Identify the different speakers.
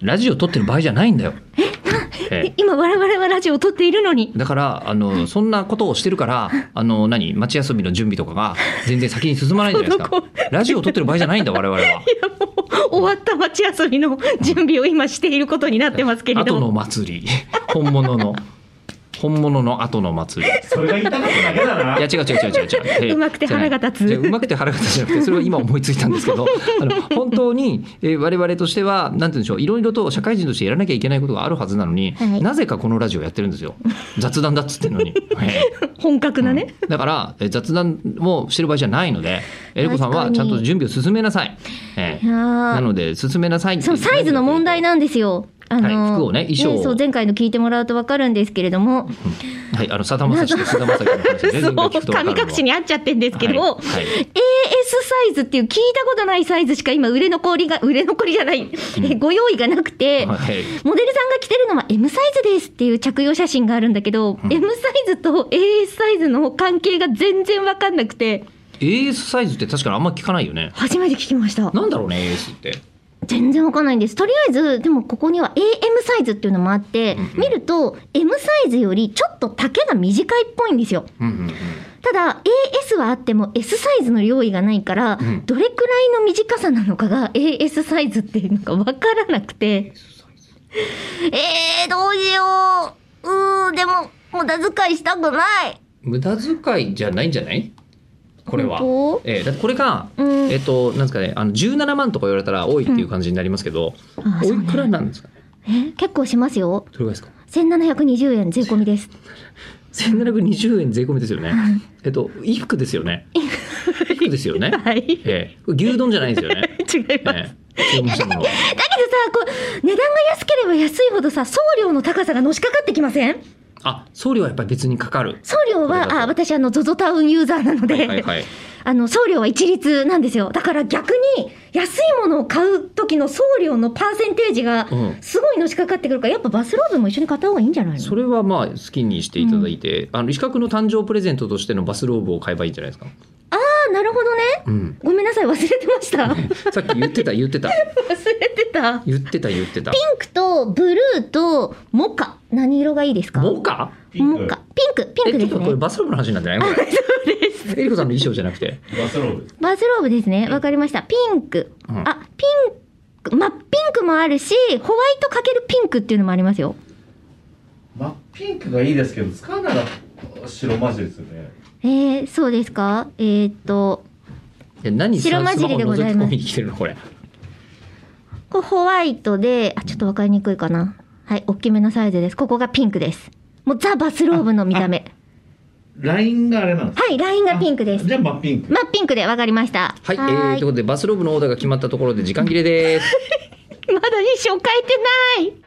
Speaker 1: ラジオ撮ってる場合じゃないんだよ。え
Speaker 2: え
Speaker 1: え
Speaker 2: 今我々はラジオを撮っているのに
Speaker 1: だからあのそんなことをしてるからあの何町遊びの準備とかが全然先に進まないじゃないですか
Speaker 2: 滞っ
Speaker 1: ラジオを撮ってる場合じゃないんだ 我々は
Speaker 2: 終わった街遊びの準備を今していることになってますけれど
Speaker 1: 後の
Speaker 2: も
Speaker 1: 祭り本物の本物の後の祭り
Speaker 3: それが言いたかっただけだない
Speaker 1: や。違う違う 違う違う違う。
Speaker 2: うまくて腹が立つ
Speaker 1: じゃないうまくて腹が立つじゃなくて、それは今思いついたんですけど、あの本当に、えー、我々としては、なんて言うんでしょう、いろいろと社会人としてやらなきゃいけないことがあるはずなのに、
Speaker 2: はい
Speaker 1: なぜかこのラジオやってるんですよ。雑談だっつっ てんのに。えー
Speaker 2: 本格なね、
Speaker 1: うんだから、えー雑談をしてる場合じゃないので、えりこさん
Speaker 4: 確か
Speaker 1: は
Speaker 4: に
Speaker 1: ちゃんと準備を進めなさい。えー
Speaker 4: いやー
Speaker 1: なので、進めなさいって
Speaker 4: そのサイズの問題なんですよ。あの
Speaker 1: はい服をね衣装を
Speaker 4: そう前回の聞いてもらうと分かるんですけれども、
Speaker 1: はい、あの、さだまさしと菅田将暉の話ね、
Speaker 2: そう
Speaker 1: 前回聞くとわかるのは
Speaker 2: 神隠しにあっちゃってんですけど、
Speaker 1: はいはい
Speaker 4: AS サイズっていう聞いたことないサイズしか今売れ残りが売れ残りじゃない、え ご用意がなくて、
Speaker 1: はい
Speaker 4: モデルさんが着てるのは M サイズですっていう着用写真があるんだけど、M サイズと AS サイズの関係が全然分かんなくて
Speaker 1: AS サイズって確かにあんま聞かないよね。
Speaker 2: 初めて聞きました
Speaker 1: なんだろうね、AS って。
Speaker 4: 全然分かんないんですとりあえずでもここには AM サイズっていうのもあって、見ると M サイズよりちょっと丈が短いっぽいんですよ。
Speaker 1: うんうんうん
Speaker 4: ただ AS はあっても S サイズの用意がないから、
Speaker 1: ん
Speaker 4: どれくらいの短さなのかが AS サイズっていうのが分からなくてえー、どうしよううーでも無駄遣いしたくない
Speaker 1: 無駄遣いじゃないんじゃないこれは
Speaker 4: 本。
Speaker 1: ええだってこれが、
Speaker 4: うん
Speaker 1: えっと、なんですかね、あの、17万とか言われたら多いっていう感じになりますけど、
Speaker 4: あそう
Speaker 1: おいくらなんですかね
Speaker 4: え結構しますよ
Speaker 1: どれぐらいですか
Speaker 4: 1720円税込みです
Speaker 1: ?1720 円税込みですよね。えっと、衣服ですよ ね。衣服ですよね。
Speaker 2: はい違い
Speaker 1: ええこれ牛丼じゃないですよね。
Speaker 2: ます、
Speaker 1: ええ注文したものは
Speaker 4: だけどさこう値段が安ければ安いほどさ送料の高さがのしかかってきません
Speaker 1: あ、送料はやっぱり別にかかる。
Speaker 4: 送料
Speaker 1: これだと
Speaker 4: はあ私あの ZOZO タウンユーザーなので、
Speaker 1: はいはいはい。
Speaker 4: あの送料は一律なんですよだから逆に安いものを買う時の送料のパーセンテージが
Speaker 1: うん
Speaker 4: すごいのしかかってくるからやっぱバスローブも一緒に買った方がいいんじゃないの
Speaker 1: それはまあ好きにしていただいて、あの、石川君の誕生プレゼントとしてのバスローブを買えばいいんじゃないですか。
Speaker 4: あなるほどね
Speaker 1: うん。
Speaker 4: ごめんなさい忘れてました忘
Speaker 1: さっき言ってた言ってた
Speaker 4: れてたピ
Speaker 1: 言ってた言ってた。
Speaker 4: ンクとブルーとモカ何色がいいですか
Speaker 1: モカ？
Speaker 3: ピンク
Speaker 4: モカピンクピン
Speaker 1: えち
Speaker 4: ク
Speaker 1: ょ
Speaker 4: で
Speaker 1: っ
Speaker 4: す
Speaker 1: とこれ
Speaker 4: ね
Speaker 1: バスローブの話なんじゃないこれ？えりこさんの衣装じゃなくて。
Speaker 3: バスローブ。
Speaker 4: バスローブですねわかりましたピンク、
Speaker 1: うん
Speaker 4: あピンクまあピンクもあるしホワイトかけるピンクっていうのもありますよ
Speaker 3: まあ、ピンクがいいですけど、使うなら白マジですよね。
Speaker 4: えー、そうですかえー、っと
Speaker 1: え何さ
Speaker 4: 白混じりでございます
Speaker 1: スマホ覗き込みに来てるのこれ。
Speaker 4: これホワイトで、あ、ちょっとわかりにくいかな。はい、大きめのサイズです。ここがピンクです。もうザ・バスローブの見た目。
Speaker 3: ラインがあれなんです
Speaker 4: はい、ラインがピンクです。
Speaker 3: じゃあ、まあ、ピンク。
Speaker 4: まあ、ピンクでわかりました。
Speaker 1: はい。え
Speaker 4: ー
Speaker 1: ー、ということでバスローブのオーダーが決まったところで時間切れです。
Speaker 2: まだ衣装変えてない